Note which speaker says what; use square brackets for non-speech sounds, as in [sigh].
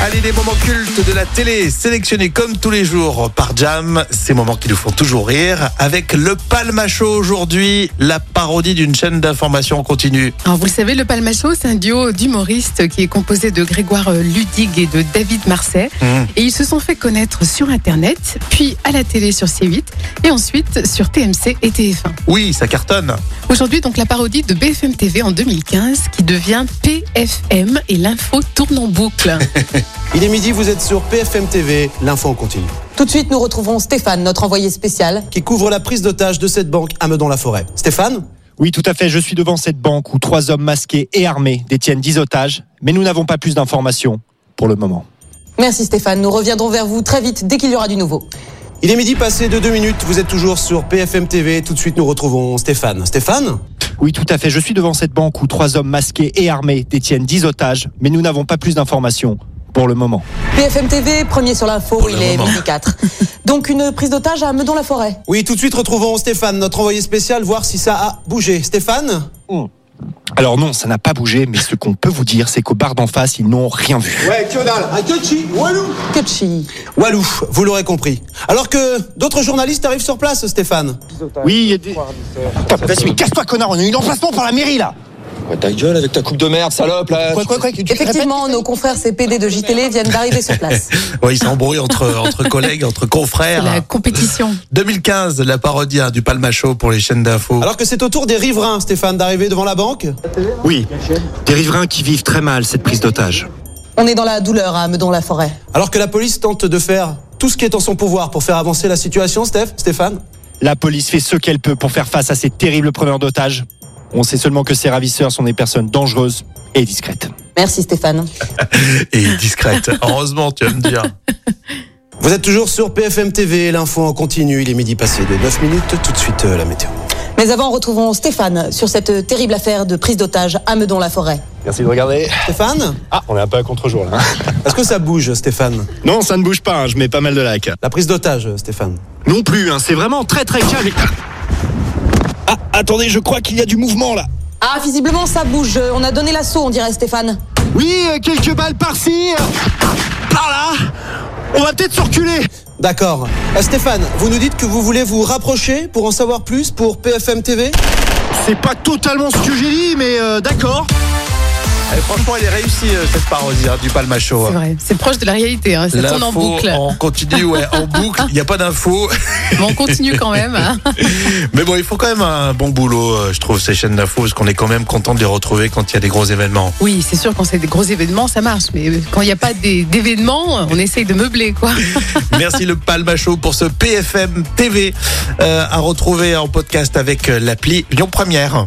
Speaker 1: Allez, les moments cultes de la télé, sélectionnés comme tous les jours par Jam, ces moments qui nous font toujours rire, avec le Palmacho aujourd'hui, la parodie d'une chaîne d'information en continu.
Speaker 2: Alors vous le savez, le Palmacho, c'est un duo d'humoristes qui est composé de Grégoire euh, Ludig et de David Marseille. Et ils se sont fait connaître sur Internet, puis à la télé sur C8, et ensuite sur TMC et TF1.
Speaker 1: Oui, ça cartonne.
Speaker 2: Aujourd'hui, donc, la parodie de BFM TV en 2015 qui devient PFM et l'info tourne en boucle. [laughs]
Speaker 3: Il est midi, vous êtes sur PFM TV, l'info en continu,
Speaker 4: Tout de suite, nous retrouvons Stéphane, notre envoyé spécial.
Speaker 3: qui couvre la prise d'otage de cette banque à Meudon-la-Forêt. Stéphane
Speaker 5: Oui, tout à fait. Je suis devant cette banque où trois hommes masqués et armés détiennent 10 otages, mais nous n'avons pas plus d'informations pour le moment.
Speaker 4: Merci Stéphane, nous reviendrons vers vous très vite dès qu'il y aura du nouveau.
Speaker 3: Il est midi passé de deux minutes, vous êtes toujours sur PFM TV, tout de suite nous retrouvons Stéphane. Stéphane
Speaker 5: Oui, tout à fait. Je suis devant cette banque où trois hommes masqués et armés détiennent 10 otages, mais nous n'avons pas plus d'informations pour le moment.
Speaker 4: PFM TV, premier sur l'info, il
Speaker 1: le
Speaker 4: est
Speaker 1: moment.
Speaker 4: midi
Speaker 1: [laughs]
Speaker 4: 4. Donc une prise d'otage à Meudon-la-Forêt.
Speaker 3: Oui, tout de suite retrouvons Stéphane, notre envoyé spécial, voir si ça a bougé. Stéphane
Speaker 5: Alors non, ça n'a pas bougé, mais ce qu'on peut vous dire, c'est qu'au bar d'en face, ils n'ont rien vu.
Speaker 3: Ouais, Kional, un Kyochi, Walou
Speaker 4: Kutchi.
Speaker 3: Walou, vous l'aurez compris. Alors que d'autres journalistes arrivent sur place, Stéphane.
Speaker 5: Oui, il y a des... Putain, vas-y, mais casse-toi, connard, on a eu l'emplacement pour la mairie, là
Speaker 6: Ouais, ta gueule avec ta coupe de merde, salope, là
Speaker 5: Quoi, quoi, quoi tu- tu
Speaker 4: Effectivement, nos confrères CPD de JTL viennent d'arriver sur place.
Speaker 1: Oui, ils s'embrouillent [laughs] entre, entre collègues, entre
Speaker 2: La Ah.
Speaker 1: confrères.
Speaker 2: compétition.
Speaker 1: 2015, la parodie hein, du Palmacho pour les chaînes d'info.
Speaker 3: Alors que c'est au tour des riverains, Stéphane, d'arriver devant la banque.
Speaker 5: Oui, des riverains qui vivent très mal cette prise d'otage.
Speaker 4: On est dans la douleur à Meudon-la-Forêt.
Speaker 3: Alors que la police tente de faire tout ce qui est en son pouvoir pour faire avancer la situation, Steph, Stéphane.
Speaker 5: La police fait ce qu'elle peut pour faire face à ces terribles preneurs d'otages. On sait seulement que ces ravisseurs sont des personnes dangereuses et discrètes.
Speaker 4: Merci Stéphane.
Speaker 1: Et discrète. Heureusement, tu vas me dire.
Speaker 3: Vous êtes toujours sur PFM TV, l'info en continu, il est midi passé de 9 minutes, tout de suite euh, la météo.
Speaker 4: Mais avant, retrouvons Stéphane sur cette terrible affaire de prise d'otage à Meudon-la-Forêt.
Speaker 5: Merci de regarder.
Speaker 3: Stéphane
Speaker 5: Ah, on est un peu à contre-jour là. hein.
Speaker 3: Est-ce que ça bouge, Stéphane
Speaker 5: [laughs] Non, ça ne bouge pas, hein, je mets pas mal de lac.
Speaker 3: La prise d'otage, euh, Stéphane.
Speaker 5: Non plus, hein, c'est vraiment très très calme. Ah, attendez, je crois qu'il y a du mouvement là.
Speaker 4: Ah, visiblement, ça bouge. On a donné l'assaut, on dirait Stéphane.
Speaker 5: Oui, euh, quelques balles par-ci, euh, par là. On va peut-être se reculer.
Speaker 3: D'accord. Euh, Stéphane, vous nous dites que vous voulez vous rapprocher pour en savoir plus pour PFM TV
Speaker 5: C'est pas totalement ce que j'ai dit, mais euh, d'accord.
Speaker 1: [laughs] Eh, franchement, elle est réussie, euh, cette parodie hein, du Palmacho.
Speaker 2: C'est
Speaker 1: hein.
Speaker 2: vrai. C'est proche de la réalité. Hein. Ça tourne en
Speaker 1: L'info
Speaker 2: boucle.
Speaker 1: en continu, ouais, [laughs] en boucle. Il n'y a pas d'info.
Speaker 2: Mais on continue quand même. hein.
Speaker 1: Mais bon, il faut quand même un bon boulot, euh, je trouve, ces chaînes d'infos, parce qu'on est quand même content de les retrouver quand il y a des gros événements.
Speaker 2: [laughs] Oui, c'est sûr, quand c'est des gros événements, ça marche. Mais euh, quand il n'y a pas des- d'événements, on essaye de meubler, quoi.
Speaker 1: Merci le Palmacho pour ce PFM TV euh, à retrouver en podcast avec euh, l'appli Lyon Première.